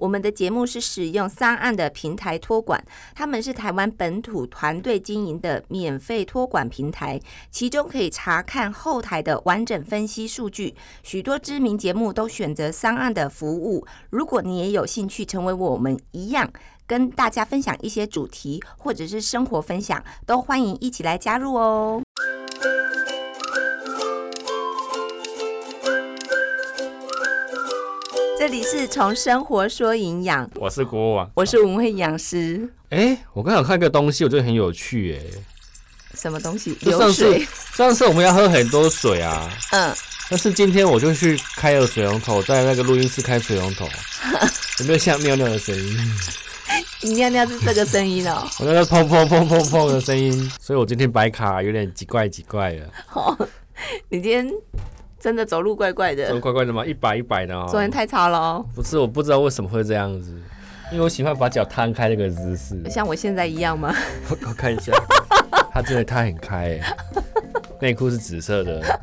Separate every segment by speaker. Speaker 1: 我们的节目是使用三岸的平台托管，他们是台湾本土团队经营的免费托管平台，其中可以查看后台的完整分析数据。许多知名节目都选择三岸的服务。如果你也有兴趣成为我们一样，跟大家分享一些主题或者是生活分享，都欢迎一起来加入哦。这里是从生活说营养，
Speaker 2: 我是国王。
Speaker 1: 我是文慧营养师。
Speaker 2: 哎、我刚想看个东西，我觉得很有趣哎、
Speaker 1: 什么东西？
Speaker 2: 就
Speaker 1: 流
Speaker 2: 上次
Speaker 1: 水？
Speaker 2: 上次我们要喝很多水啊，
Speaker 1: 嗯，
Speaker 2: 但是今天我就去开了水龙头，在那个录音室开水龙 头，有没有像尿尿的声音？
Speaker 1: 你尿尿是这个声音哦。
Speaker 2: 我那个砰砰砰砰砰的声音，所以我今天白卡有点奇怪奇怪的，
Speaker 1: 哦，你今天真的走路怪怪
Speaker 2: 怎么
Speaker 1: 的，
Speaker 2: 怪怪的吗？一摆一摆的哦。
Speaker 1: 昨天太吵了哦，
Speaker 2: 不是，我不知道为什么会这样子，因为我喜欢把脚摊开那个姿 势。
Speaker 1: 像我现在一样吗？
Speaker 2: 我我看一下，他真的摊很开耶，内裤是紫色的，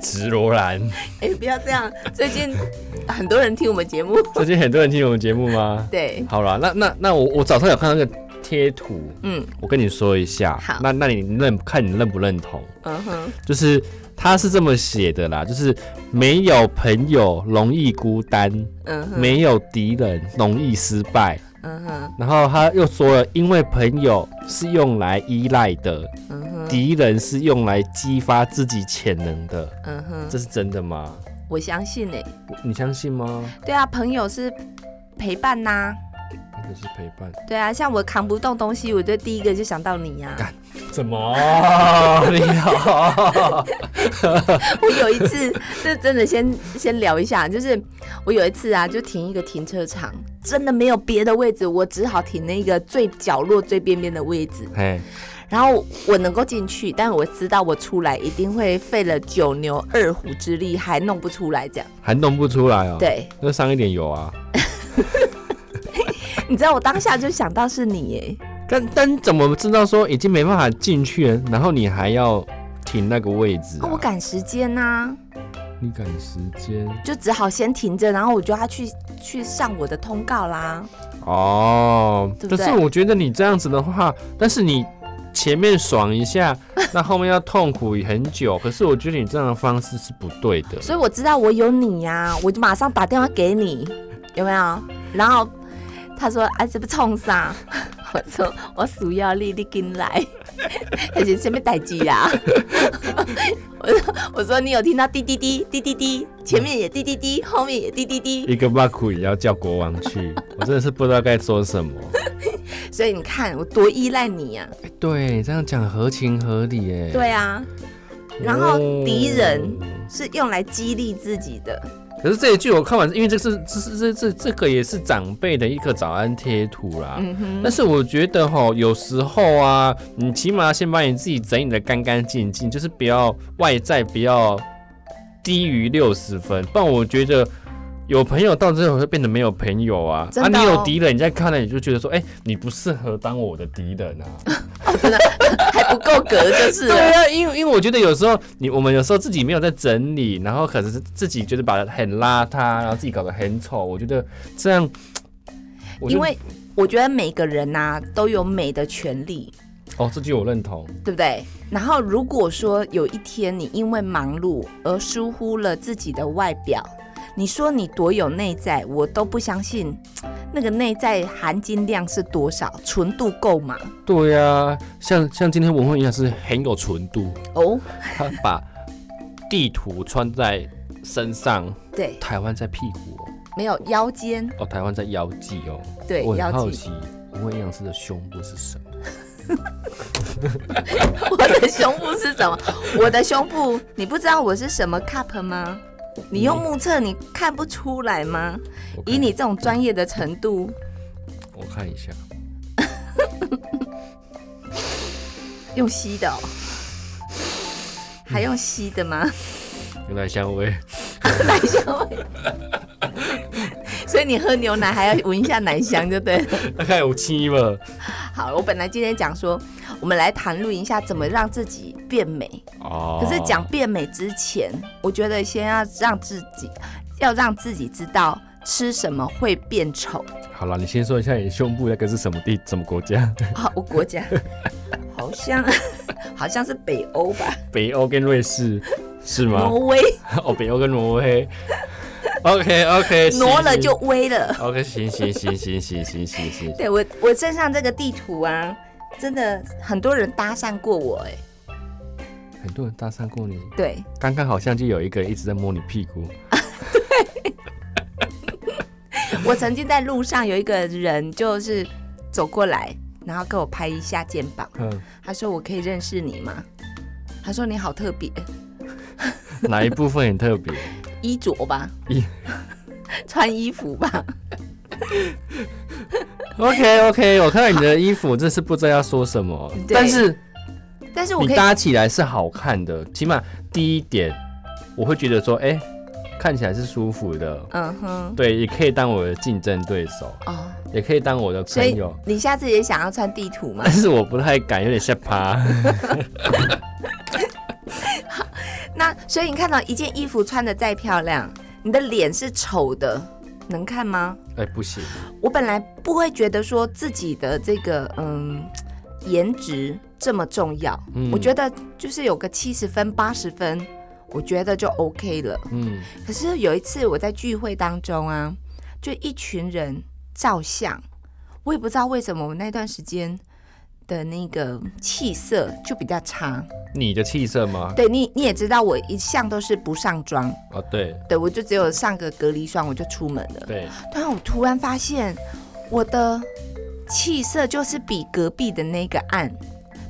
Speaker 2: 紫罗兰。
Speaker 1: 哎、不要这样，最近很多人听我们节目，
Speaker 2: 最近很多人听我们节目吗？
Speaker 1: 对，
Speaker 2: 好啦，那那那我我早上有看到那个贴图，
Speaker 1: 嗯
Speaker 2: 我跟你说一下。
Speaker 1: 好
Speaker 2: 那那你认看你认不认同？
Speaker 1: 嗯哼，
Speaker 2: 就是他是这么写的啦，就是没有朋友容易孤单，
Speaker 1: 嗯哼，
Speaker 2: 没有敌人容易失败。
Speaker 1: 嗯哼，
Speaker 2: 然后他又说了，因为朋友是用来依赖的，
Speaker 1: 嗯哼，
Speaker 2: 敌人是用来激发自己潜能的。
Speaker 1: 嗯哼，
Speaker 2: 这是真的吗？
Speaker 1: 我相信哎、
Speaker 2: 你相信吗？
Speaker 1: 对啊，朋友是陪伴呐、
Speaker 2: 这是陪伴。
Speaker 1: 对啊，像我扛不动东西，我就第一个就想到你啊呀、
Speaker 2: 怎么？ 你 好。
Speaker 1: 我有一次， 就真的先先聊一下，就是我有一次啊，就停一个停车场，真的没有别的位置，我只好停那个最角落最边边的位置。
Speaker 2: 哎，
Speaker 1: 然后我能够进去，但我知道我出来一定会费了九牛二虎之力，还弄不出来这样。
Speaker 2: 还弄不出来哦。，
Speaker 1: 对，
Speaker 2: 那上一点油啊。
Speaker 1: 你知道我当下就想到是你耶，
Speaker 2: 但但怎么知道说已经没办法进去了，然后你还要停那个位置、啊
Speaker 1: 哦、我赶时间呐、
Speaker 2: 你赶时间
Speaker 1: 就只好先停着，然后我就要去去上我的通告啦。
Speaker 2: 哦。
Speaker 1: 对不对
Speaker 2: 但是我觉得你这样子的话，但是你前面爽 一下，那后面要痛苦很久。可是我觉得你这样的方式是不对的。
Speaker 1: 所以我知道我有你呀、我就马上打电话给你，有没有？然后他说：“啊，这不冲啥？” 我说：“我需要你，你跟来。” 他说：“什么代志呀？” 我说：“我说你有听到滴滴滴滴滴滴，前面也滴滴滴，后面也滴滴滴。
Speaker 2: 一个巴库也要叫国王去，我真的是不知道该说什么。
Speaker 1: 所以你看我多依赖你呀、
Speaker 2: 哎对，这样讲合情合理哎。
Speaker 1: 对啊，然后
Speaker 2: 哦
Speaker 1: 敌人是用来激励自己的。
Speaker 2: 可是这一句我看完，因为这是这是这这这个也是长辈的一个早安贴图啦。
Speaker 1: 嗯哼，
Speaker 2: 但是我觉得哈，有时候啊，你起码先把你自己整理的干干净净，就是不要外在不要低于六十分，不然我觉得有朋友到最后会变得没有朋友啊。
Speaker 1: 真
Speaker 2: 啊，
Speaker 1: 的
Speaker 2: 你
Speaker 1: 哦
Speaker 2: 有敌人，你在看了你就觉得说，哎、你不适合当我的敌人啊。
Speaker 1: 哦 还不够格就是
Speaker 2: 对
Speaker 1: 了。
Speaker 2: 啊，因为因为我觉得有时候你我们有时候自己没有在整理，然后可能是自己觉得把它很邋遢，然后自己搞得很丑，我觉得这样，我
Speaker 1: 因
Speaker 2: 觉得
Speaker 1: 为我觉得每个人呐、都有美的权利，
Speaker 2: 哦这句我认同，
Speaker 1: 对不对？然后如果说有一天你因为忙碌而疏忽了自己的外表，你说你多有内在，我都不相信那个内在含金量是多少，纯度够吗？
Speaker 2: 对啊，像像今天文慧一样是很有纯度，
Speaker 1: 哦，
Speaker 2: 他把地图穿在身上，
Speaker 1: 对，
Speaker 2: 台湾在屁股哦
Speaker 1: 没有腰间，
Speaker 2: 哦，哦台湾在腰际哦，
Speaker 1: 对
Speaker 2: 我很
Speaker 1: 腰
Speaker 2: 好
Speaker 1: 际，
Speaker 2: 奇文慧营养师的胸部是什么？
Speaker 1: 我的胸部是什么？我的胸部，你不知道我是什么 cup 吗？你用目测你看不出来吗？
Speaker 2: 我看
Speaker 1: 以你这种专业的程度，
Speaker 2: 我看一下，
Speaker 1: 用吸的、哦，还用吸的吗？
Speaker 2: 有奶香味。
Speaker 1: 奶香味。 所以你喝牛奶还要闻一下奶香，就对 了。
Speaker 2: 大概有七吧。
Speaker 1: 好，我本来今天讲说，我们来谈论一下怎么让自己变美。
Speaker 2: 哦
Speaker 1: 可是讲变美之前，我觉得先要让自己，要让自己知道吃什么会变 丑？
Speaker 2: 好了，你先说一下你胸部那个是什么地、什么国 家？
Speaker 1: 啊，我国家好像好像是北欧吧，
Speaker 2: 北欧跟瑞士是吗？
Speaker 1: 挪威
Speaker 2: 哦，北欧跟 挪威。OK OK，
Speaker 1: 挪了就威了。
Speaker 2: OK，行行行行行行行行。
Speaker 1: 对我，我身上这个地图啊，真的很多人搭讪过我哎、
Speaker 2: 很多人搭讪过你，
Speaker 1: 对，
Speaker 2: 刚刚好像就有一个人一直在摸你屁股。
Speaker 1: 我曾经在路上有一个人就是走过来，然后跟我拍一下肩膀，
Speaker 2: 嗯，
Speaker 1: 他说：“我可以认识你吗？”他说：“你好特别，
Speaker 2: 哪一部分很特 别？
Speaker 1: 衣着吧，
Speaker 2: 衣
Speaker 1: 穿衣服 吧。
Speaker 2: OK OK，我看到你的衣服，真是不知道要说什么。
Speaker 1: 对
Speaker 2: 但是”
Speaker 1: 但是我
Speaker 2: 你
Speaker 1: 可以，
Speaker 2: 搭起来是好看的，起码第一点，我会觉得说，哎、看起来是舒服的。
Speaker 1: 嗯哼，
Speaker 2: 对，也可以当我的竞争对手，
Speaker 1: 哦，
Speaker 2: 也可以当我的
Speaker 1: 所
Speaker 2: 朋
Speaker 1: 以
Speaker 2: 友，
Speaker 1: 你下次也想要穿地图吗
Speaker 2: 但？是我不太敢，有点吓趴。
Speaker 1: 那所以你看到一件衣服穿的再漂亮，你的脸是丑的，能看吗？
Speaker 2: 哎、不行，
Speaker 1: 我本来不会觉得说自己的这个嗯颜值这么重要，
Speaker 2: 嗯
Speaker 1: 我觉得就是有个七十分八十分，我觉得就 OK 了。
Speaker 2: 嗯，
Speaker 1: 可是有一次我在聚会当中啊，就一群人照相，我也不知道为什么我那段时间的那个气色就比较差。
Speaker 2: 你的气色吗？
Speaker 1: 对你你也知道，我一向都是不上妆，
Speaker 2: 哦，对
Speaker 1: 对我就只有上个隔离霜我就出门了。
Speaker 2: 对，
Speaker 1: 但我突然发现我的气色就是比隔壁的那个暗，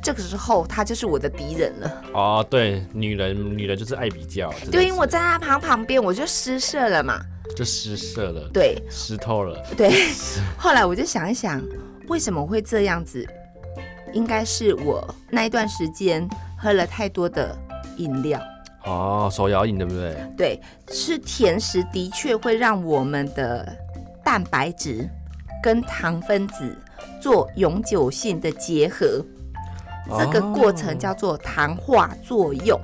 Speaker 1: 这个时候他就是我的敌人了。
Speaker 2: 哦对，女人女人就是爱比较，真的
Speaker 1: 对，因为我
Speaker 2: 是
Speaker 1: 在他旁旁边，我就失色了嘛。
Speaker 2: 就失色了，
Speaker 1: 对
Speaker 2: 湿透了，
Speaker 1: 对， 后来我就想一想，为什么会这样子？应该是我那一段时间喝了太多的饮料。
Speaker 2: 哦，手摇饮对不对？
Speaker 1: 对，吃甜食的确会让我们的蛋白质跟糖分子做永久性的结合，这个过程叫做糖化作用。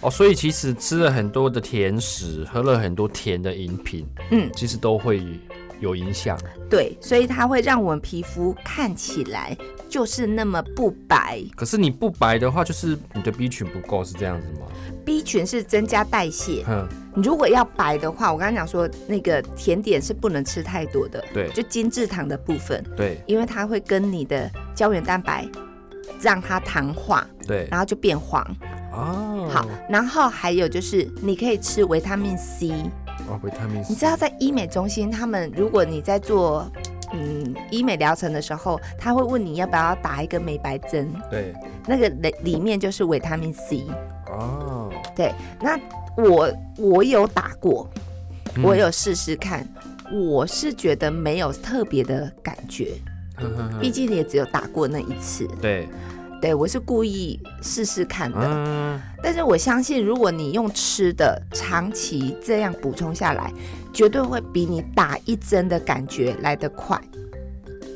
Speaker 2: 哦，所以其实吃了很多的甜食，喝了很多甜的饮品，
Speaker 1: 嗯，
Speaker 2: 其实都会有影响。
Speaker 1: 对，所以它会让我们皮肤看起来就是那么不白。
Speaker 2: 可是你不白的话，就是你的 B 群不够，是这样子吗？
Speaker 1: B 群是增加代谢，
Speaker 2: 哼，
Speaker 1: 你如果要白的话，我刚刚讲说那个甜点是不能吃太多的，
Speaker 2: 对
Speaker 1: 就精制糖的部分，
Speaker 2: 对
Speaker 1: 因为它会跟你的胶原蛋白让它糖化。
Speaker 2: 对，
Speaker 1: 然后就变黄。
Speaker 2: 哦，
Speaker 1: 啊好，然后还有就是你可以吃维他命 C。
Speaker 2: 哦，维他命 C，
Speaker 1: 你知道在医美中心，他们如果你在做嗯医美疗程的时候，他会问你要不要打一个美白针，
Speaker 2: 对，
Speaker 1: 那个里里面就是维他命 C。
Speaker 2: 哦，
Speaker 1: 对，那我我有打过，
Speaker 2: 嗯
Speaker 1: 我，有试试看。我是觉得没有特别的感觉，
Speaker 2: 哼哼哼
Speaker 1: 毕竟也只有打过那一次。
Speaker 2: 对，
Speaker 1: 对我是故意试试看的，
Speaker 2: 嗯，
Speaker 1: 但是我相信，如果你用吃的长期这样补充下来，绝对会比你打一针的感觉来得快。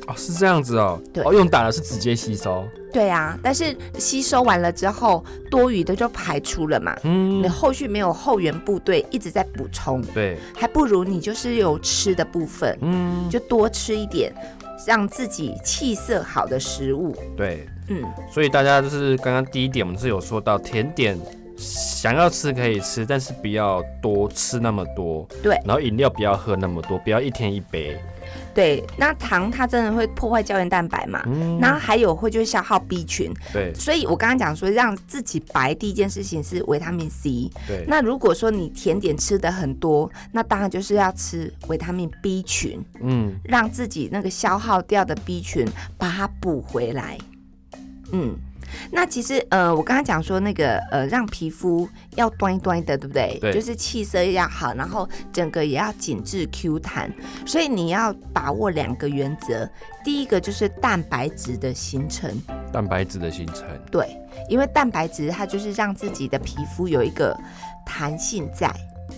Speaker 2: 哦，是这样子哦，
Speaker 1: 对
Speaker 2: 哦，用打的是直接吸收，
Speaker 1: 对啊，但是吸收完了之后，多余的就排出了嘛。
Speaker 2: 嗯
Speaker 1: 你，后续没有后援部队一直在补充，
Speaker 2: 对，
Speaker 1: 还不如你就是有吃的部分，
Speaker 2: 嗯，
Speaker 1: 就多吃一点，让自己气色好的食物。
Speaker 2: 对，
Speaker 1: 嗯，
Speaker 2: 所以大家就是刚刚第一点，我们是有说到甜点。想要吃可以吃，但是不要多吃那么多。
Speaker 1: 对
Speaker 2: 然后饮料不要喝那么多，不要一天一杯。
Speaker 1: 对，那糖它真的会破坏胶原蛋白嘛？
Speaker 2: 嗯，
Speaker 1: 然后还有会就是消耗 B 群，
Speaker 2: 对
Speaker 1: 所以我刚刚讲说，让自己白第一件事情是维他命 C。
Speaker 2: 对，
Speaker 1: 那如果说你甜点吃的很多，那当然就是要吃维他命 B 群，
Speaker 2: 嗯，
Speaker 1: 让自己那个消耗掉的 B 群把它补回来。嗯，那其实呃，我刚刚讲说那个呃，让皮肤要端一端的，对不对？
Speaker 2: 对
Speaker 1: 就是气色要好，然后整个也要紧致 Q 弹。所以你要把握两个原则，第一个就是蛋白质的形成。
Speaker 2: 蛋白质的形成。
Speaker 1: 对，因为蛋白质它就是让自己的皮肤有一个弹性在。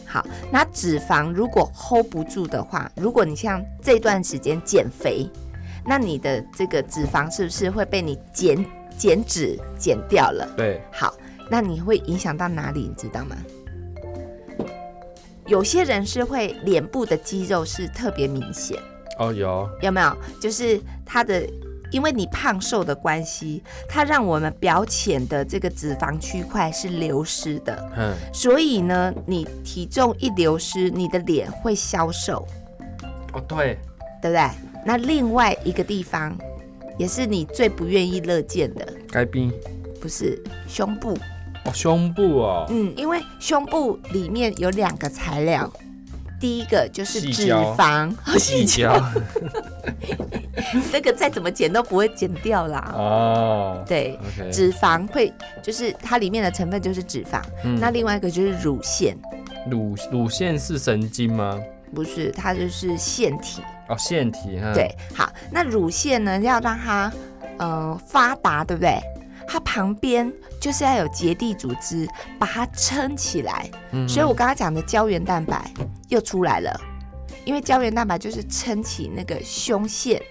Speaker 1: 好，那脂肪如果 hold 不住的话，如果你像这段时间减肥，那你的这个脂肪是不是会被你减减脂减掉了？
Speaker 2: 对，
Speaker 1: 好，那你会影响到哪里？你知道吗？有些人是会脸部的肌肉是特别明显，
Speaker 2: 哦，有，
Speaker 1: 有没有？就是他的，因为你胖瘦的关系，它让我们表浅的这个脂肪区块是流失的，
Speaker 2: 嗯，
Speaker 1: 所以呢，你体重一流失，你的脸会消瘦，
Speaker 2: 哦，对，
Speaker 1: 对不对？那另外一个地方，也是你最不愿意乐见的，
Speaker 2: 该冰，
Speaker 1: 不是胸部。
Speaker 2: 哦，胸部哦，
Speaker 1: 嗯，因为胸部里面有两个材料，第一个就是
Speaker 2: 细
Speaker 1: 脂
Speaker 2: 胶
Speaker 1: 肪，
Speaker 2: 细胶，
Speaker 1: 那个再怎么减都不会减掉啦。
Speaker 2: 哦
Speaker 1: 对，
Speaker 2: ，OK，
Speaker 1: 脂肪会就是它里面的成分就是脂肪，
Speaker 2: 嗯
Speaker 1: 那另外一个就是乳腺，
Speaker 2: 乳乳腺是神经吗？
Speaker 1: 不是它就是腺体。
Speaker 2: 哦，腺体，哈，
Speaker 1: 对，好，那乳腺呢要让它呃发达，对不对？它旁边就是要有结缔组织把它撑起来，
Speaker 2: 嗯，
Speaker 1: 所以我刚刚讲的胶原蛋白又出来了，因为胶原蛋白就是撑起那个胸腺，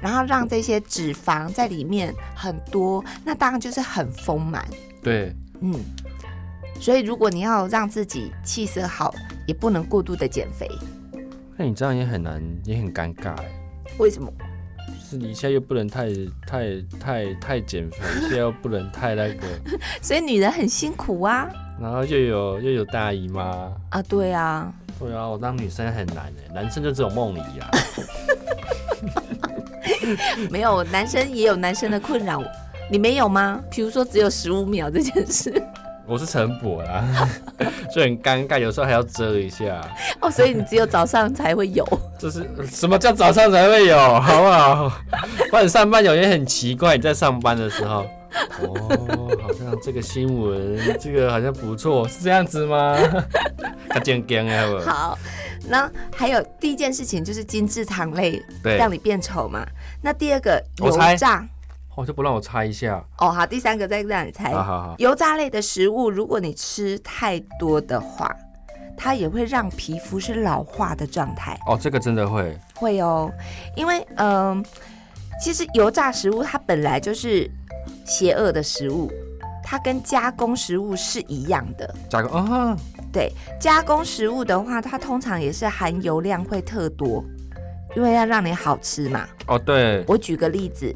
Speaker 1: 然后让这些脂肪在里面很多，那当然就是很丰满，
Speaker 2: 对，
Speaker 1: 嗯。所以如果你要让自己气色好，也不能过度的减肥。
Speaker 2: 那你这样也很难，也很尴尬哎，
Speaker 1: 为什么？
Speaker 2: 就是你一下又不能太太太太减肥，一下又不能太那个，
Speaker 1: 所以女人很辛苦啊
Speaker 2: 然后又有又有大姨妈，
Speaker 1: 啊，对啊，
Speaker 2: 对啊，我当女生很难哎，男生就只有梦里啊，
Speaker 1: 没有男生也有男生的困扰，你没有吗？比如说只有十五秒这件事
Speaker 2: 我是陈博啦， 就很尴尬，有时候还要遮一下。
Speaker 1: 哦，所以你只有早上才会有。
Speaker 2: 这是什么叫早上才会有， 好不好？不然上班有也很奇怪。你在上班的时候，哦，好像这个新闻，这个好像不错，是这样子吗？ 他健康哎，好不好？
Speaker 1: 好，那还有第一件事情就是精致糖类
Speaker 2: 对，
Speaker 1: 让你变丑嘛。那第二个
Speaker 2: 我
Speaker 1: 油
Speaker 2: 猜
Speaker 1: 炸
Speaker 2: 哦，就不让我猜一下，
Speaker 1: 哦，好，第三个再让你猜，
Speaker 2: 好好好，
Speaker 1: 油炸类的食物，如果你吃太多的话，它也会让皮肤是老化的状态，
Speaker 2: 哦，这个真的会，
Speaker 1: 会哦，因为嗯、其实油炸食物它本来就是邪恶的食物，它跟加工食物是一样的。
Speaker 2: 加个啊，
Speaker 1: 对，加工食物的话，它通常也是含油量会特多，因为要让你好吃嘛。
Speaker 2: 哦，对，
Speaker 1: 我举个例子，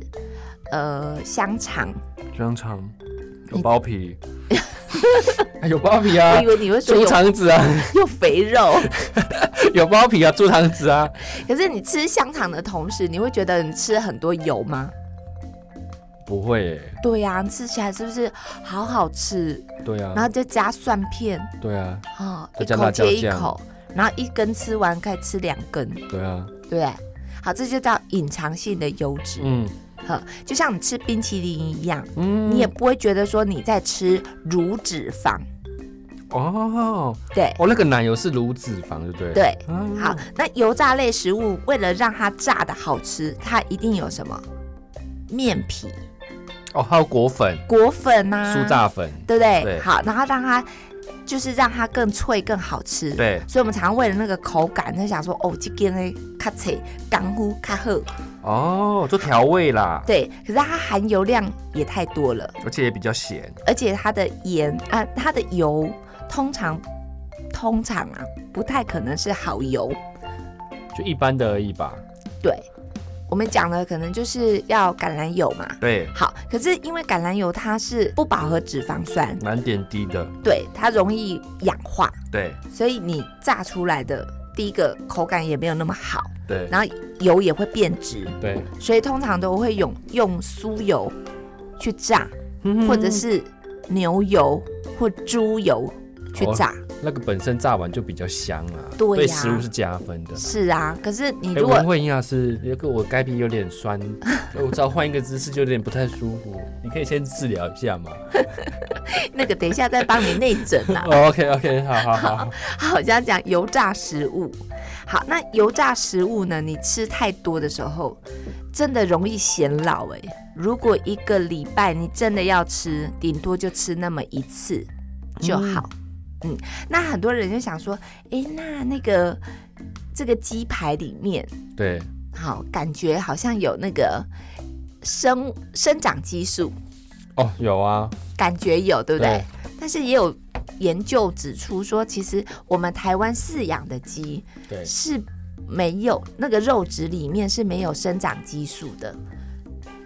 Speaker 1: 呃，香肠，
Speaker 2: 香肠有 包皮，有包皮啊
Speaker 1: 我以，为你会说
Speaker 2: 猪
Speaker 1: 有
Speaker 2: 肠子啊，
Speaker 1: 有 肥肉，
Speaker 2: 有包皮啊，猪肠子啊，
Speaker 1: 可是你吃香肠的同时，你会觉得你吃很多油吗？
Speaker 2: 不会欸，
Speaker 1: 对呀、你吃起来是不是好好吃？
Speaker 2: 对啊
Speaker 1: 然，后再加蒜片，
Speaker 2: 对啊，
Speaker 1: 哦，
Speaker 2: 再
Speaker 1: 一
Speaker 2: 加
Speaker 1: 口
Speaker 2: 辣椒
Speaker 1: 接一
Speaker 2: 酱
Speaker 1: 口，然后一根吃完可以吃两根，
Speaker 2: 对啊，
Speaker 1: 对不对？好，这就叫隐藏性的油脂，
Speaker 2: 嗯
Speaker 1: 呵，就像你吃冰淇淋一样。
Speaker 2: 嗯，
Speaker 1: 你也不会觉得说你在吃乳脂肪，
Speaker 2: 哦，
Speaker 1: 对
Speaker 2: 哦，那个奶油是乳脂肪，对不对？，
Speaker 1: 对。
Speaker 2: 嗯
Speaker 1: 好，那油炸类食物为了让它炸的好吃，它一定有什么面皮、
Speaker 2: 哦，还有果粉、
Speaker 1: 果粉啊呐、
Speaker 2: 酥，炸粉，
Speaker 1: 对不对？
Speaker 2: 对
Speaker 1: 好，然后让它就是让它更脆、更好吃。。
Speaker 2: 对，
Speaker 1: 所以我们常常为了那个口感，在想说，哦，这间的卡脆、干乎、卡厚，
Speaker 2: 哦，做调味啦，
Speaker 1: 对。可是它含油量也太多了，
Speaker 2: 而且也比较咸，
Speaker 1: 而且它的盐啊，它的油通常通常啊，不太可能是好油。
Speaker 2: 就一般的而已吧。
Speaker 1: 对，我们讲的可能就是要橄榄油嘛。
Speaker 2: 对，
Speaker 1: 好，可是因为橄榄油它是不饱和脂肪酸，
Speaker 2: 难点低的，
Speaker 1: 对它容易氧化，
Speaker 2: 对
Speaker 1: 所以你炸出来的第一个口感也没有那么好，
Speaker 2: 对
Speaker 1: 然后油也会变质，
Speaker 2: 对，
Speaker 1: 所以通常都会用用酥油去炸，
Speaker 2: 嗯
Speaker 1: 或者是牛油或猪油去
Speaker 2: 哦
Speaker 1: 炸。
Speaker 2: 那个本身炸完就比较香啊，
Speaker 1: 对呀
Speaker 2: 对食物是加分的。
Speaker 1: 是啊，可是你
Speaker 2: 哎，
Speaker 1: 如果
Speaker 2: 文慧营养师，有个我该皮有 点酸，我只要换一个姿势就有点不太舒服，你可以先治疗一下吗
Speaker 1: 那个等一下再帮你内诊啊，
Speaker 2: ？OK OK，好哦好好，
Speaker 1: 好像讲油炸食物。好，那油炸食物呢？你吃太多的时候，真的容易显老哎、如果一个礼拜你真的要吃，顶多就吃那么一次就好。嗯那很多人就想说，诶，那那个这个鸡排里面，
Speaker 2: 对，
Speaker 1: 好感觉好像有那个生生长激素，
Speaker 2: 哦，有啊，
Speaker 1: 感觉有，对不对？但是也有研究指出说，其实我们台湾饲养的鸡
Speaker 2: 对
Speaker 1: 是没有那个肉质里面是没有生长激素的。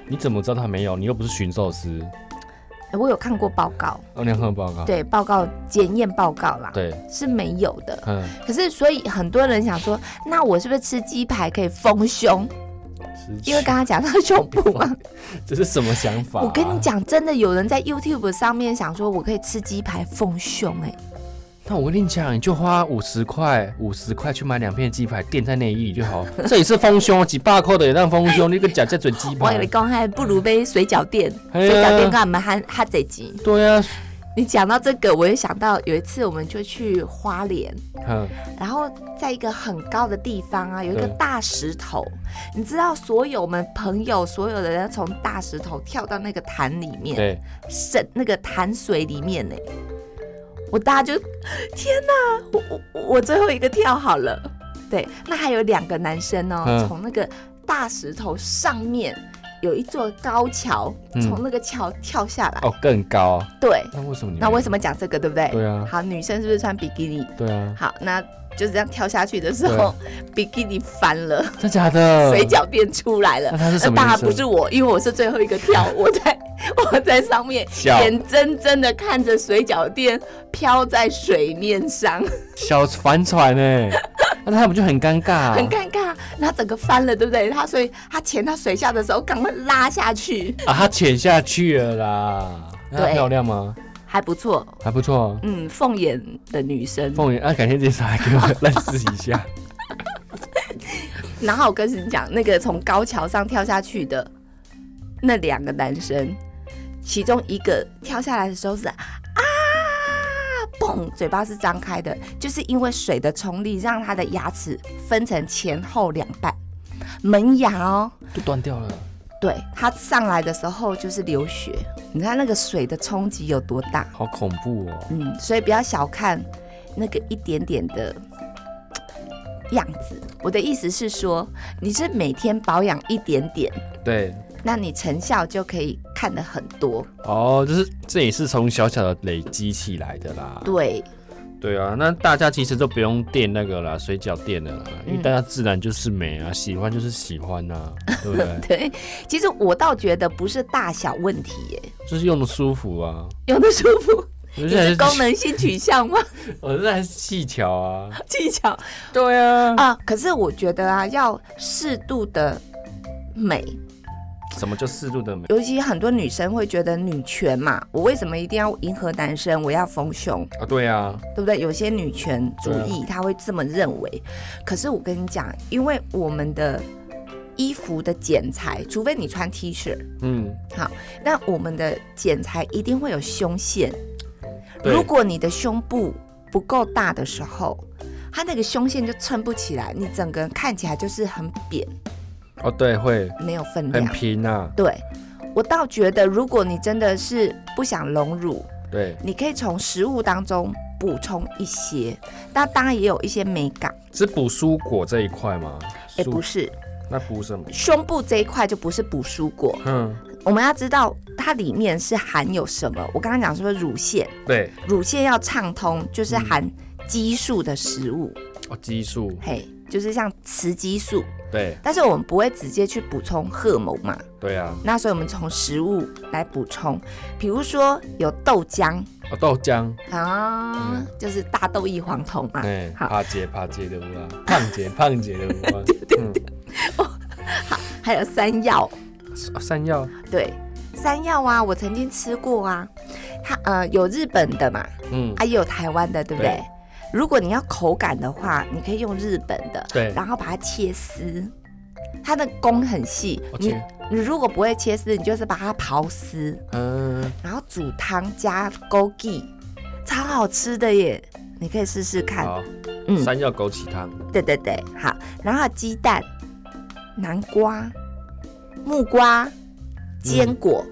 Speaker 2: 你怎么知道它没有？你又不是驯兽师，
Speaker 1: 哎我有看过报告，
Speaker 2: 哦，你要看报告。
Speaker 1: 对报告检验报告啦，
Speaker 2: 对，
Speaker 1: 是没有的。
Speaker 2: 嗯，
Speaker 1: 可是，所以很多人想说，那我是不是吃鸡排可以丰胸？因为刚刚讲到胸部嘛，
Speaker 2: 这是什么想法、啊
Speaker 1: 我跟你，讲，真的有人在 YouTube 上面想说，我可以吃鸡排丰胸、欸，
Speaker 2: 那我跟你讲，你就花五十块，五十块去买两片鸡排垫在内衣里就好。这也是丰胸，啊几百块的也让丰胸，你个假假准鸡
Speaker 1: 我以
Speaker 2: 排
Speaker 1: 为。公还不如杯水饺店，
Speaker 2: 哎
Speaker 1: 水
Speaker 2: 呀
Speaker 1: 饺店跟我们哈哈贼鸡。
Speaker 2: 对啊，
Speaker 1: 你讲到这个，我也想到有一次我们就去花莲，
Speaker 2: 嗯，
Speaker 1: 然后在一个很高的地方啊，有一个
Speaker 2: 对
Speaker 1: 大石头，你知道，所有我们朋友所有的人从大石头跳到那个潭里面，
Speaker 2: 对，
Speaker 1: 深那个潭水里面呢、我大家就天哪，我我我最后一个跳好了。对，那还有两个男生哦、
Speaker 2: 嗯
Speaker 1: 从那个大石头上面有一座高桥，
Speaker 2: 嗯
Speaker 1: 从那个桥跳下来。
Speaker 2: 哦，更高。
Speaker 1: 对，
Speaker 2: 那为什么你？
Speaker 1: 那为什
Speaker 2: 么？
Speaker 1: 么讲这个，对不对？
Speaker 2: 对啊
Speaker 1: 好，女生是不是穿比基尼？
Speaker 2: 对啊，
Speaker 1: 好，那就是这样跳下去的时候，比基尼翻了，
Speaker 2: 真假的？
Speaker 1: 水饺变出来了
Speaker 2: 那。嗯他是什么
Speaker 1: 当
Speaker 2: 意
Speaker 1: 然
Speaker 2: 思？
Speaker 1: 不是我，因为我是最后一个跳，我在 我在上面
Speaker 2: 笑
Speaker 1: 眼睁睁的看着水饺店飘在水面上，
Speaker 2: 小帆船 哎、那他不就很尴尬、啊
Speaker 1: 很尴尬。然后整个翻了，对不对？他所以他潜到水下的时候，赶快拉下去，
Speaker 2: 啊，他潜下去了啦。那她
Speaker 1: 对
Speaker 2: 漂亮吗？
Speaker 1: 还不错。
Speaker 2: 还不错啊。
Speaker 1: 嗯，凤眼的女生，
Speaker 2: 凤眼啊，改天介绍来给 我认识一下。
Speaker 1: 然后我跟你讲，那个从高桥上跳下去的那两个男生，其中一个跳下来的时候是啊，嘣，嘴巴是张开的，就是因为水的冲力让他的牙齿分成前后两半，门牙哦，
Speaker 2: 就断掉了。
Speaker 1: 对他上来的时候就是流血，你看那个水的冲击有多大，
Speaker 2: 好恐怖哦！
Speaker 1: 嗯，所以不要小看那个一点点的嘖样子。我的意思是说，你是每天保养一点点，
Speaker 2: 对，
Speaker 1: 那你成效就可以看得很多。
Speaker 2: 哦，就是这也是从小小的累积起来的啦。
Speaker 1: 对，？
Speaker 2: 对啊，那大家其实都不用垫那个啦，水饺垫的啦，因为大家自然就是美啊，喜欢就是喜欢呐、对不 对
Speaker 1: 对，其实我倒觉得不是大小问题耶，
Speaker 2: 就是用的舒服啊。
Speaker 1: 用的舒服，
Speaker 2: 我
Speaker 1: 你
Speaker 2: 现在
Speaker 1: 是功，能性取向吗？
Speaker 2: 我现在是技巧啊。
Speaker 1: 技巧
Speaker 2: 对啊，
Speaker 1: 啊，可是我觉得啊，要适度的美，
Speaker 2: 什么叫适度的美？
Speaker 1: 尤其很多女生会觉得女权嘛，我为什么一定要迎合男生？我要丰胸，
Speaker 2: 啊，对啊，
Speaker 1: 对不对？有些女权主义她会这么认为，可是我跟你讲，因为我们的衣服的剪裁，除非你穿 T 恤，
Speaker 2: 嗯，
Speaker 1: 那我们的剪裁一定会有胸线。
Speaker 2: 对
Speaker 1: 如果你的胸部不够大的时候，它那个胸线就撑不起来，你整个人看起来就是很扁，
Speaker 2: 哦，对，会
Speaker 1: 没有分
Speaker 2: 很
Speaker 1: 量。
Speaker 2: 平啊，
Speaker 1: 对我倒觉得，如果你真的是不想隆乳，
Speaker 2: 对，
Speaker 1: 你可以从食物当中补充一些，那当然也有一些美感。
Speaker 2: 是补蔬果这一块吗？
Speaker 1: 也哎不
Speaker 2: 蔬
Speaker 1: 是，
Speaker 2: 那补什么？
Speaker 1: 胸部这一块就不是补蔬果，
Speaker 2: 嗯，
Speaker 1: 我们要知道它里面是含有什么。我刚刚讲说乳腺，
Speaker 2: 对，
Speaker 1: 乳腺要畅通，就是
Speaker 2: 嗯
Speaker 1: 含激素的食物，
Speaker 2: 哦，激素，
Speaker 1: 嘿，就是像雌激素。
Speaker 2: 对，
Speaker 1: 但是我们不会直接去补充荷尔蒙嘛，
Speaker 2: 对啊，
Speaker 1: 那所以我们从食物来补充，比如说有豆浆
Speaker 2: 哦，豆浆，
Speaker 1: 啊，
Speaker 2: 嗯
Speaker 1: 就是大豆异黄酮嘛。
Speaker 2: 哎，
Speaker 1: 啊好
Speaker 2: 帕姐，帕姐的啊，胖姐，胖姐的 啊，
Speaker 1: 还有山药，哦
Speaker 2: 嗯山药，
Speaker 1: 对，山药啊，我曾经吃过啊，它呃有日本的嘛，
Speaker 2: 嗯，
Speaker 1: 啊，也有台湾的，对不对？
Speaker 2: 对
Speaker 1: 如果你要口感的话，你可以用日本的，
Speaker 2: 对
Speaker 1: 然后把它切丝，它的弓很细，
Speaker 2: 我
Speaker 1: 你
Speaker 2: 切
Speaker 1: 你如果不会切丝，你就是把它刨丝，
Speaker 2: 嗯，
Speaker 1: 然后煮汤加枸杞，超好吃的耶！你可以试试看。
Speaker 2: 好，
Speaker 1: 嗯
Speaker 2: 山药枸杞汤，
Speaker 1: 对对对，好，然后还有鸡蛋、南瓜、木瓜、坚果、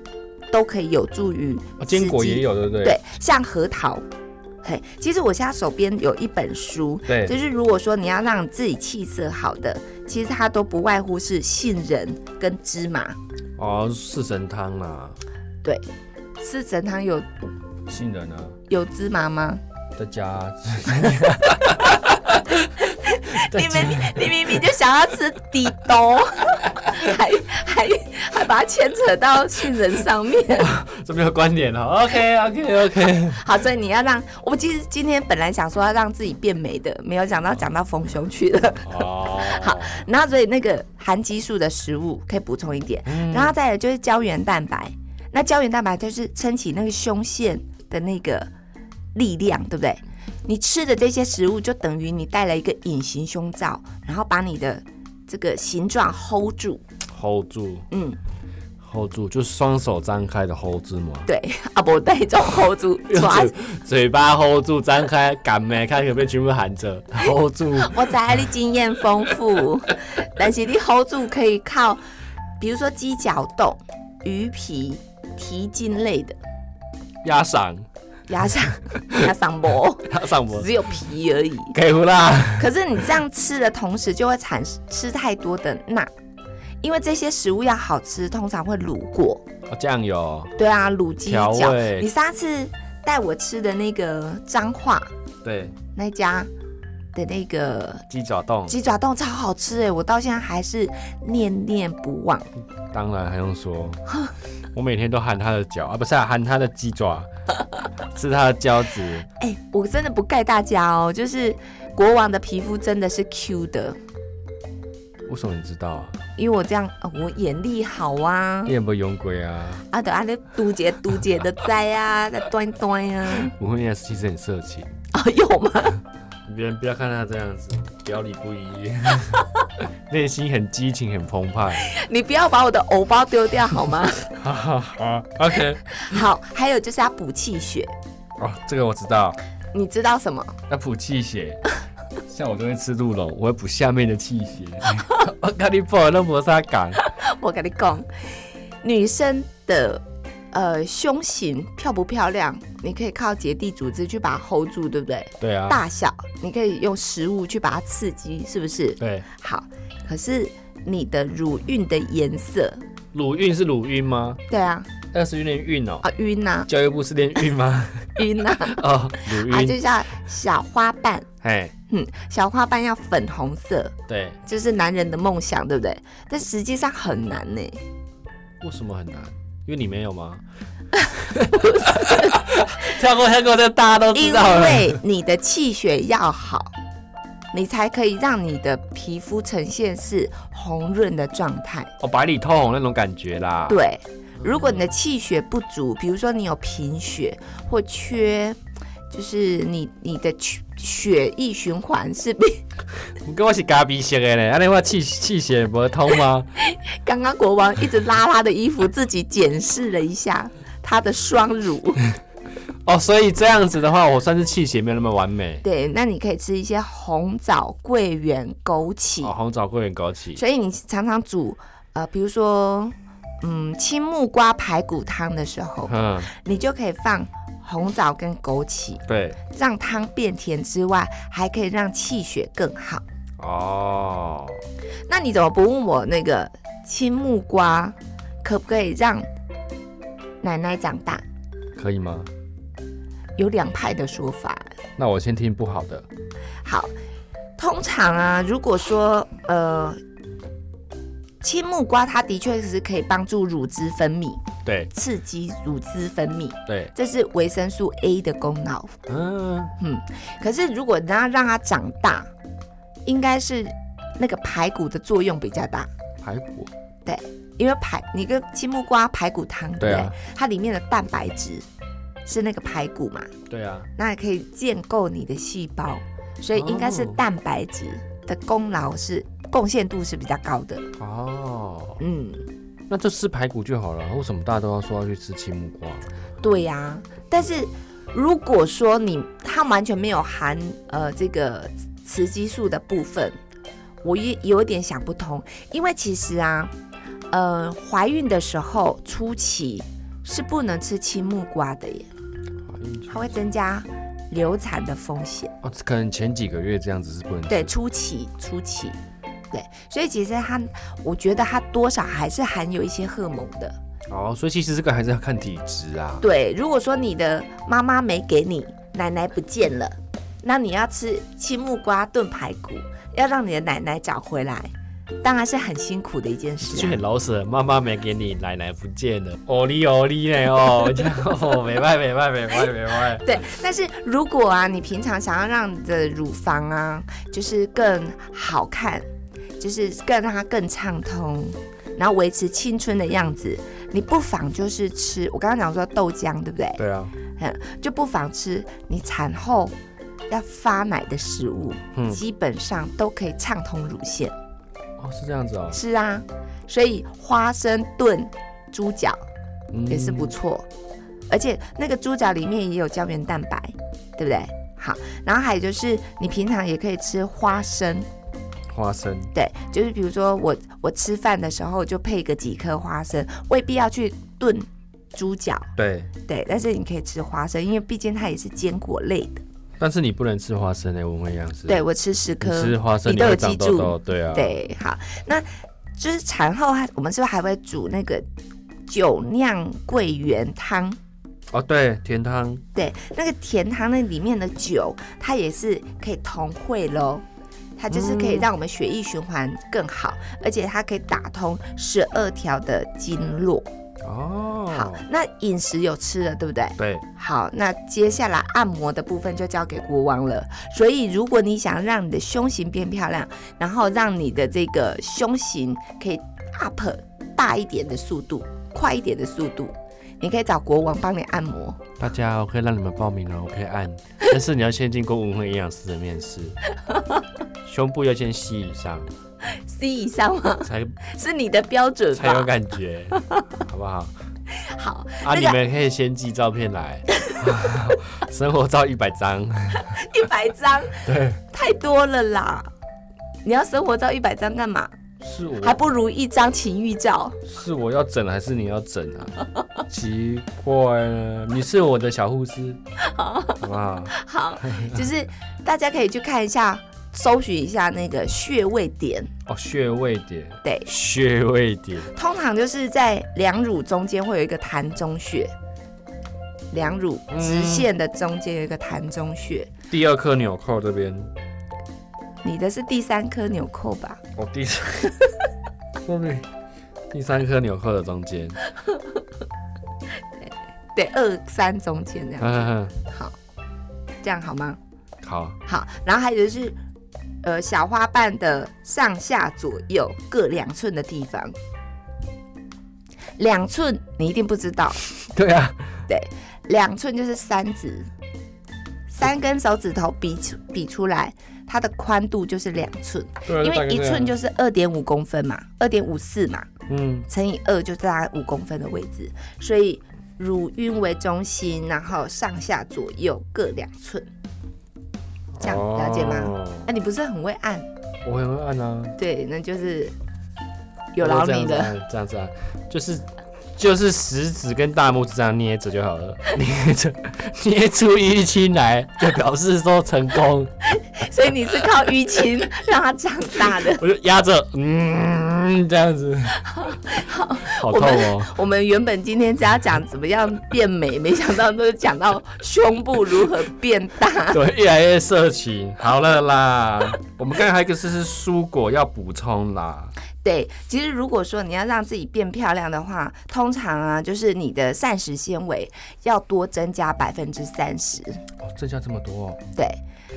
Speaker 1: 都可以有助于
Speaker 2: 嗯哦坚果
Speaker 1: 刺激
Speaker 2: 也有，对不对？
Speaker 1: 对，像核桃。嘿，其实我现在手边有一本书，
Speaker 2: 对
Speaker 1: 就是如果说你要让自己气色好的，其实它都不外乎是杏仁跟芝麻。
Speaker 2: 哦，四神汤啦，
Speaker 1: 对，四神汤有
Speaker 2: 杏仁啊，
Speaker 1: 有芝麻吗？
Speaker 2: 再 加，再
Speaker 1: 你
Speaker 2: 加
Speaker 1: 明明你明明就想要吃底 兜，还还还把它牵扯到杏仁上 面。
Speaker 2: 这没有啊观点了。OK OK OK，
Speaker 1: 好，所以你要让我其实今天本来想说要让自己变美的，没有想到讲到丰胸去了。
Speaker 2: 哦，
Speaker 1: 好，然后所以那个含激素的食物可以补充一点，然后再来就是胶原蛋白。那胶原蛋白就是撑起那个胸线的那个力量，对不对？你吃的这些食物就等于你戴了一个隐形胸罩，然后把你的这个形状 hold 住。
Speaker 2: ，hold 住
Speaker 1: 嗯，
Speaker 2: hold 住，就是双手张开的 hold 住嘛。
Speaker 1: 对， 啊不，带种 hold 住， 抓
Speaker 2: 嘴嘴巴 hold 住，张开，敢没看有没有全部含着 hold 住。
Speaker 1: 我知你经验丰富， 但是你 hold 住可以靠，比如说鸡脚冻、鱼皮、蹄筋类的，
Speaker 2: 压嗓，
Speaker 1: 压上压上 膜，
Speaker 2: 压嗓我
Speaker 1: 只有皮而已。
Speaker 2: 给胡啦。
Speaker 1: 可是你这样吃的同时，就会产吃太多的钠，因为这些食物要好吃，通常会卤过。
Speaker 2: 哦酱油，
Speaker 1: 对啊，卤鸡脚
Speaker 2: 调味。
Speaker 1: 你上次带我吃的那个彰化
Speaker 2: 对，
Speaker 1: 那家的那个
Speaker 2: 鸡脚冻，
Speaker 1: 鸡爪冻超好吃哎，我到现在还是念念不忘。
Speaker 2: 当然还用说，我每天都含他的脚啊，不是、啊、含他的鸡爪， 吃他的胶质。
Speaker 1: 哎、我真的不盖大家哦，就是国王的皮肤真的是 Q 的，
Speaker 2: 为什么你知道啊？
Speaker 1: 因为我这样，呃我眼力好啊
Speaker 2: 你，也不用鬼啊，
Speaker 1: 啊对啊，那嘟姐嘟姐的在啊，在端端啊，
Speaker 2: 我婚也是其实很色情。
Speaker 1: 哦有吗？
Speaker 2: 别人不要看他这样子，表里不一， 内心很激情，很澎湃。
Speaker 1: 你不要把我的藕包丢掉好 吗？
Speaker 2: 哈哈哈。OK，
Speaker 1: 好，还有就是要补气血，
Speaker 2: 哦，这个我知道。
Speaker 1: 你知道什么？
Speaker 2: 要补气血。像我都会吃鹿茸，我会补下面的气 血。我跟你补那磨砂感，
Speaker 1: 我跟你讲，女生的呃胸型漂不漂亮，你可以靠结缔组织去把它 hold 住，对不对？
Speaker 2: 对啊，
Speaker 1: 大小，你可以用食物去把它刺激，是不是？
Speaker 2: 对，
Speaker 1: 好，可是你的乳晕的颜色，
Speaker 2: 乳晕是乳晕吗？
Speaker 1: 对啊，
Speaker 2: 那是有点晕哦。
Speaker 1: 啊晕呐、
Speaker 2: 教育部是练晕吗？
Speaker 1: 晕呐、 啊，
Speaker 2: 哦，乳
Speaker 1: 就
Speaker 2: 晕，
Speaker 1: 像小花瓣，
Speaker 2: 哎，
Speaker 1: 嗯，小花瓣要粉红色，
Speaker 2: 对，
Speaker 1: 这是男人的梦想，对不对？但实际上很难呢、
Speaker 2: 为什么很难？因为你没有吗？ 跳过跳过，这大家都知
Speaker 1: 因
Speaker 2: 道欸了。
Speaker 1: 为你的气血要好，你才可以让你的皮肤呈现是红润的状态。
Speaker 2: 哦，白里透红那种感觉啦。
Speaker 1: 对，如果你的气血不足，比如说你有贫血或缺，就是你你的血血液循环是比
Speaker 2: 你跟我是咖啡色的嘞，安尼我气气血不通吗？
Speaker 1: 刚刚国王一直拉他的衣服，自己检视了一下他的双乳。
Speaker 2: 哦，所以这样子的话，我算是气血没有那么完美。
Speaker 1: 对，那你可以吃一些红枣、桂圆、枸杞。
Speaker 2: 哦，红枣桂圆枸杞。
Speaker 1: 所以你常常煮呃，比如说嗯青木瓜排骨汤的时 候，
Speaker 2: 嗯，
Speaker 1: 你就可以放红枣跟枸杞，
Speaker 2: 对。
Speaker 1: 让汤变甜之外，还可以让气血更好。
Speaker 2: 哦，
Speaker 1: 那你怎么不问我那个青木瓜可不可以让奶奶长大？
Speaker 2: 可以吗？
Speaker 1: 有两派的说法。
Speaker 2: 那我先听不好的。
Speaker 1: 好，通常啊，如果说呃。青木瓜它的确是可以帮助乳汁分泌，
Speaker 2: 对
Speaker 1: 刺激乳汁分泌，
Speaker 2: 对，
Speaker 1: 这是维生素 A 的功劳。
Speaker 2: 嗯，
Speaker 1: 可是如果你要让它长大，应该是那个排骨的作用比较大，
Speaker 2: 排骨，
Speaker 1: 因为排你跟青木瓜排骨汤，对不
Speaker 2: 对
Speaker 1: 对？
Speaker 2: 啊
Speaker 1: 它里面的蛋白质是那个排骨嘛，
Speaker 2: 对啊，
Speaker 1: 那也可以建构你的细胞，所以应该是
Speaker 2: 哦
Speaker 1: 蛋白质的功劳是贡献度是比较高的。
Speaker 2: 哦，
Speaker 1: 嗯，
Speaker 2: 那就吃排骨就好了。为什么大家都要说要去吃青木瓜？
Speaker 1: 对呀、但是如果说你它完全没有含呃这个雌激素的部分，我也有点想不通，因为其实啊，呃，怀孕的时候初期是不能吃青木瓜的耶，它会增加流产的风险。
Speaker 2: 哦，可能前几个月这样子是不能吃。
Speaker 1: 对，初期初期，对，所以其实它，我觉得它多少还是含有一些荷尔蒙的，
Speaker 2: 哦，所以其实这个还是要看体质啊。
Speaker 1: 对，如果说你的妈妈没给你，奶奶不见了，那你要吃青木瓜炖排骨，要让你的奶奶找回来，当然是很辛苦的一件事、
Speaker 2: 就
Speaker 1: 啊。
Speaker 2: 很老舍，妈妈没给你，奶奶不见了，哦哩哦哩嘞哦，这样哦，没办没办没办没办，
Speaker 1: 对，但是如果啊，你平常想要让你的乳房啊，就是更好看，就是更让它更畅通，然后维持青春的样子，你不妨就是吃，我刚刚讲说豆浆，对不对？
Speaker 2: 对啊，
Speaker 1: 就不妨吃你产后要发奶的食物，
Speaker 2: 嗯
Speaker 1: 基本上都可以畅通乳腺。
Speaker 2: 哦是这样子哦，
Speaker 1: 是啊，所以花生炖猪脚
Speaker 2: 嗯
Speaker 1: 也是不错，而且那个猪脚里面也有胶原蛋白，对不对？好，然后还有就是你平常也可以吃花生，
Speaker 2: 花生，
Speaker 1: 对，就是比如说我我吃饭的时候就配个几颗花生，未必要去炖猪脚，
Speaker 2: 对，
Speaker 1: 对，但是你可以吃花生，因为毕竟它也是坚果类的。
Speaker 2: 但是你不能吃花生欸嘞，文慧样子，
Speaker 1: 对，我吃十
Speaker 2: 你
Speaker 1: 颗，
Speaker 2: 吃花生
Speaker 1: 你
Speaker 2: 你
Speaker 1: 都有
Speaker 2: 会
Speaker 1: 记
Speaker 2: 长
Speaker 1: 住
Speaker 2: 痘痘，对啊，，
Speaker 1: 对，好，那就是产后还我们是不是还会煮那个酒酿桂圆汤？
Speaker 2: 哦对，甜汤，
Speaker 1: 对，那个甜汤那里面的酒，它也是可以同汇喽。它就是可以让我们血液循环更好，而且它可以打通十二条的经络。
Speaker 2: 哦，
Speaker 1: 好，那饮食有吃了，对不对？
Speaker 2: 对，
Speaker 1: 好，那接下来按摩的部分就交给国王了。所以，如果你想让你的胸型变漂亮，然后让你的这个胸型可以 up 大一点的速度，快一点的速度，你可以找国王帮你按摩。
Speaker 2: 大家我可以让你们报名了，我可以按， 但是你要先经过文慧营养师的 面试，胸部要先 C 以上
Speaker 1: C 以上吗？
Speaker 2: 才
Speaker 1: 是你的标准
Speaker 2: 才有
Speaker 1: 吧？
Speaker 2: 感觉，好不好？
Speaker 1: 好，
Speaker 2: 啊，
Speaker 1: 那
Speaker 2: 你
Speaker 1: 个
Speaker 2: 们可以先寄照片 来，生活照一百张，
Speaker 1: 一百张，
Speaker 2: 对，
Speaker 1: 太多了啦。你要生活照一百张干嘛？
Speaker 2: 是
Speaker 1: 还
Speaker 2: 我
Speaker 1: 不如一张情欲照。
Speaker 2: 是我要整还是你要整啊？奇怪了，你是我的小 护士，好不好？
Speaker 1: 好，
Speaker 2: 哎
Speaker 1: 就是大家可以去看一下，搜寻一下那个穴位点。
Speaker 2: 哦，穴位点，
Speaker 1: 对
Speaker 2: 穴位点，
Speaker 1: 通常就是在两乳中间会有一个膻中穴，两乳直线的中间有一个膻中穴，
Speaker 2: 第二颗纽扣这边，
Speaker 1: 你的是第三颗纽扣吧？
Speaker 2: 哦，第三，Sorry 第三颗纽扣的中间，
Speaker 1: 对，二三中间这样，
Speaker 2: 嗯，
Speaker 1: 好，这样好吗？
Speaker 2: 好，
Speaker 1: 好，然后还有就是，呃，小花瓣的上下左右各两寸的地方，两寸你一定不知道，
Speaker 2: 对啊，
Speaker 1: 两寸就是三指，三根手指头比出比出来，它的宽度就是两寸。
Speaker 2: 对啊
Speaker 1: 因为一寸就，是二点五公分嘛，二点五四嘛，
Speaker 2: 大概这样嗯，
Speaker 1: 乘以二就大概五公分的位置，所以乳晕为中心，然后上下左右各两寸，这样了解吗？
Speaker 2: 哦
Speaker 1: 啊，你不是很会按？
Speaker 2: 我很会按啊。
Speaker 1: 对，那就是有劳你了。
Speaker 2: 了。这样子啊，就是就是食指跟大拇指这样捏着就好了， 捏着捏出淤青来，就表示说成功。
Speaker 1: 所以你是靠淤青让它长大 的。
Speaker 2: 我就压着，嗯，这 样子，好
Speaker 1: 我
Speaker 2: 痛
Speaker 1: 们
Speaker 2: 哦。
Speaker 1: 我们原本今天是要讲怎么样变美，没想到都讲到胸部如何变大。
Speaker 2: 对，越来越色情。好了啦， 我们刚才还有一个是是蔬果要补充啦。
Speaker 1: 对，其实如果说你要让自己变漂亮的话，通常啊，就是你的膳食纤维要多增加百分之三十。
Speaker 2: 哦，剩下这么多、哦，
Speaker 1: 对，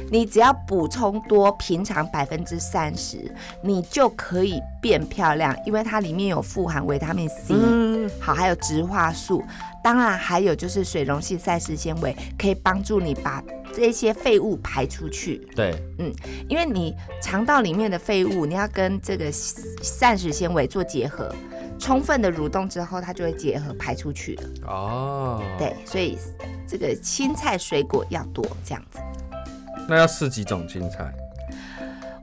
Speaker 1: 你只要补充多平常百分之三十，你就可以变漂亮，因为它里面有富含维他命 C，、
Speaker 2: 嗯，
Speaker 1: 好，还有植化素，当然还有就是水溶性膳食纤维，可以帮助你把这些废物排出去。
Speaker 2: 对，
Speaker 1: 因为你肠道里面的废物，你要跟这个膳食纤维做结合，充分的蠕动之后，它就会结合排出去了。
Speaker 2: 哦，，
Speaker 1: 对，所以这个青菜水果要多这样子。
Speaker 2: 那要试几种青菜？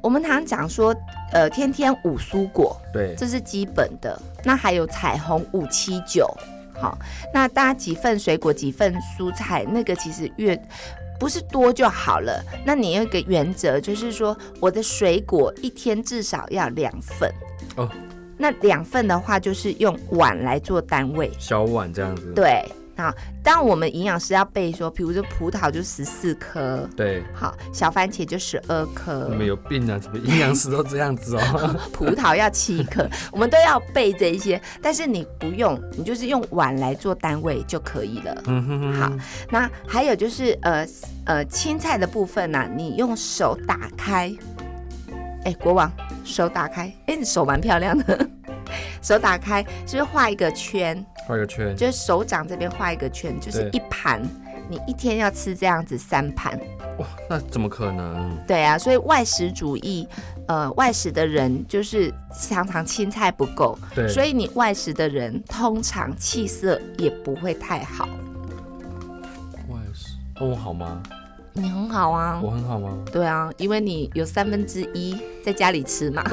Speaker 1: 我们常常讲说，呃，天天五蔬果，
Speaker 2: 对，
Speaker 1: 这是基本的。那还有彩虹五七九，好，那大家几份水果，几份蔬菜，那个其实越不是多就好了。那你有一个原则，就是说我的水果一天至少要两份。
Speaker 2: 哦，
Speaker 1: 那两份的话就是用碗来做单位。
Speaker 2: 小碗这样子。
Speaker 1: 对，啊，当我们营养师要背说，比如说葡萄就十四颗，
Speaker 2: 对，
Speaker 1: 好，小番茄就十二颗
Speaker 2: 你，们有病啊？怎么营养师都这样 子哦？
Speaker 1: 葡萄要七 颗，我们都要背这一些，但是你不用，你就是用碗来做单位就可以了。
Speaker 2: 嗯哼哼
Speaker 1: 好，那还有就是呃呃青菜的部分呢、啊你用手打开，哎、国王手打开，哎、你手蛮漂亮的， 手打开就是画一个圈，
Speaker 2: 画个圈，
Speaker 1: 就是手掌这边画一个圈，就是
Speaker 2: 对
Speaker 1: 一盘。你一天要吃这样子三盘，
Speaker 2: 哇，那怎么可能？
Speaker 1: 对啊，所以外食主义，呃，外食的人就是常常青菜不够，
Speaker 2: 对，
Speaker 1: 所以你外食的人通常气色也不会太好。
Speaker 2: 我也是。哦，我好吗？
Speaker 1: 你很好啊，
Speaker 2: 我很好吗？
Speaker 1: 对啊，因为你有三分之一在家里吃 嘛。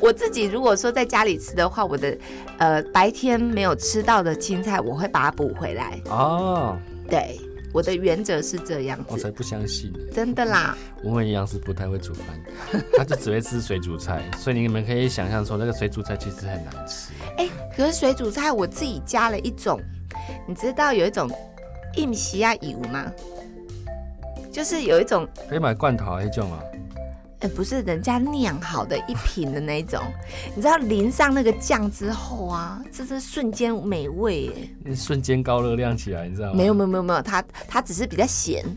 Speaker 1: 我自己如果说在家里吃的话，我的呃白天没有吃到的青菜，我会把它补回来。
Speaker 2: 啊，
Speaker 1: 对，哦我的原则是这样
Speaker 2: 我
Speaker 1: 子，
Speaker 2: 哦才不相信呢。
Speaker 1: 真的啦。
Speaker 2: 我们营养师不太会煮饭， 他就只会吃水煮菜，所以你们可以想象说，那个水煮菜其实很难吃。
Speaker 1: 可是水煮菜我自己加了一种，你知道有一种印西亚油吗？就是有一种，
Speaker 2: 可以买罐头那种啊？
Speaker 1: 呃，不是人家酿好的一瓶的那一种，你知道淋上那个酱之后啊，这是瞬间美味耶。
Speaker 2: 那瞬间高热量起来，你知道吗？
Speaker 1: 没有没有没有没有，它它只是比较咸。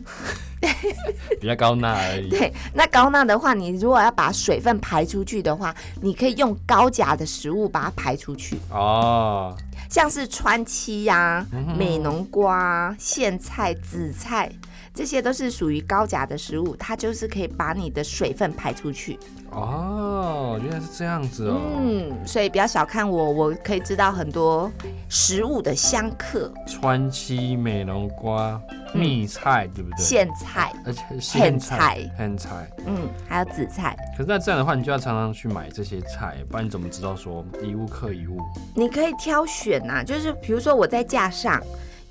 Speaker 2: 比较高钠而已。
Speaker 1: 对，那高钠的话，你如果要把水分排出去的话，你可以用高钾的食物把它排出去，
Speaker 2: 哦，
Speaker 1: 像是川七呀、美浓瓜啊、苋菜、紫菜，这些都是属于高钾的食物，它就是可以把你的水分排出去。
Speaker 2: 哦，原来是这样子哦。
Speaker 1: 嗯，所以不要小看我，我可以知道很多食物的相克，
Speaker 2: 川西美容瓜、蜜菜，对不对？
Speaker 1: 苋菜，
Speaker 2: 而且
Speaker 1: 苋
Speaker 2: 苋菜、苋菜。
Speaker 1: 嗯，还有紫菜。
Speaker 2: 可是那这样的话，你就要常常去买这些菜，不然你怎么知道说一物克一物？
Speaker 1: 你可以挑选呐、就是比如说我在架上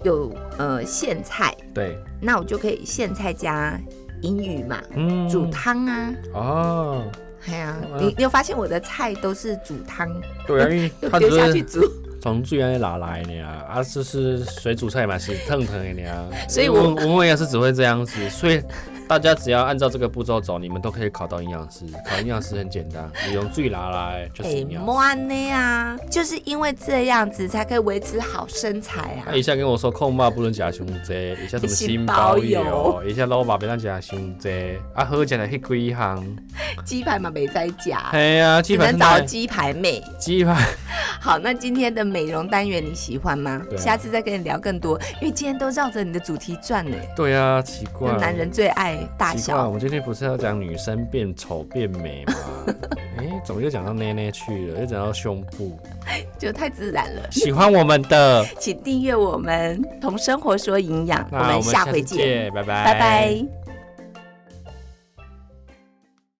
Speaker 1: 有呃苋菜，
Speaker 2: 对，
Speaker 1: 那我就可以苋菜加银鱼嘛，
Speaker 2: 嗯
Speaker 1: 煮汤啊。
Speaker 2: 哦，
Speaker 1: 哎呀、
Speaker 2: 嗯
Speaker 1: 你你有发现我的菜都是煮汤，
Speaker 2: 对啊，因为
Speaker 1: 就
Speaker 2: 它只
Speaker 1: 丢下去
Speaker 2: 是
Speaker 1: 煮，
Speaker 2: 从最原拿来的啊，啊，这是水煮菜嘛，是腾腾的呀。
Speaker 1: 所以我
Speaker 2: 啊我我们也是只会这样子，所以大家只要按照这个步骤走，你们都可以考到营养师。考营养师很简单，你用最拿来就是
Speaker 1: 哎
Speaker 2: 营，养师。
Speaker 1: 莫呢啊，就是因为这样子才可以维持好身材啊
Speaker 2: 他。一下跟我说控骂不能加胸这，一下什么新包邮，一下老爸不能加胸这，啊喝起来迄几行，
Speaker 1: 鸡排嘛没在夹，
Speaker 2: 嘿啊，
Speaker 1: 啊只
Speaker 2: 鸡排
Speaker 1: 能找
Speaker 2: 是哪
Speaker 1: 鸡排妹。
Speaker 2: 鸡排，
Speaker 1: 好，那今天的美容单元你喜欢吗？
Speaker 2: 对啊
Speaker 1: 下次再跟你聊更多，因为今天都绕着你的主题转呢。
Speaker 2: 对啊，奇怪，
Speaker 1: 男人最爱大
Speaker 2: 奇怪，
Speaker 1: 小
Speaker 2: 我。们今天不是要讲女生变丑变美吗？ 哎、怎么又讲到内内去了？又讲到胸部，
Speaker 1: 就太自然了。
Speaker 2: 喜欢我们的，
Speaker 1: 请订阅我们《同生活说营养》，我
Speaker 2: 那
Speaker 1: 们下
Speaker 2: 次
Speaker 1: 回见，
Speaker 2: 见，拜拜，
Speaker 1: 拜拜。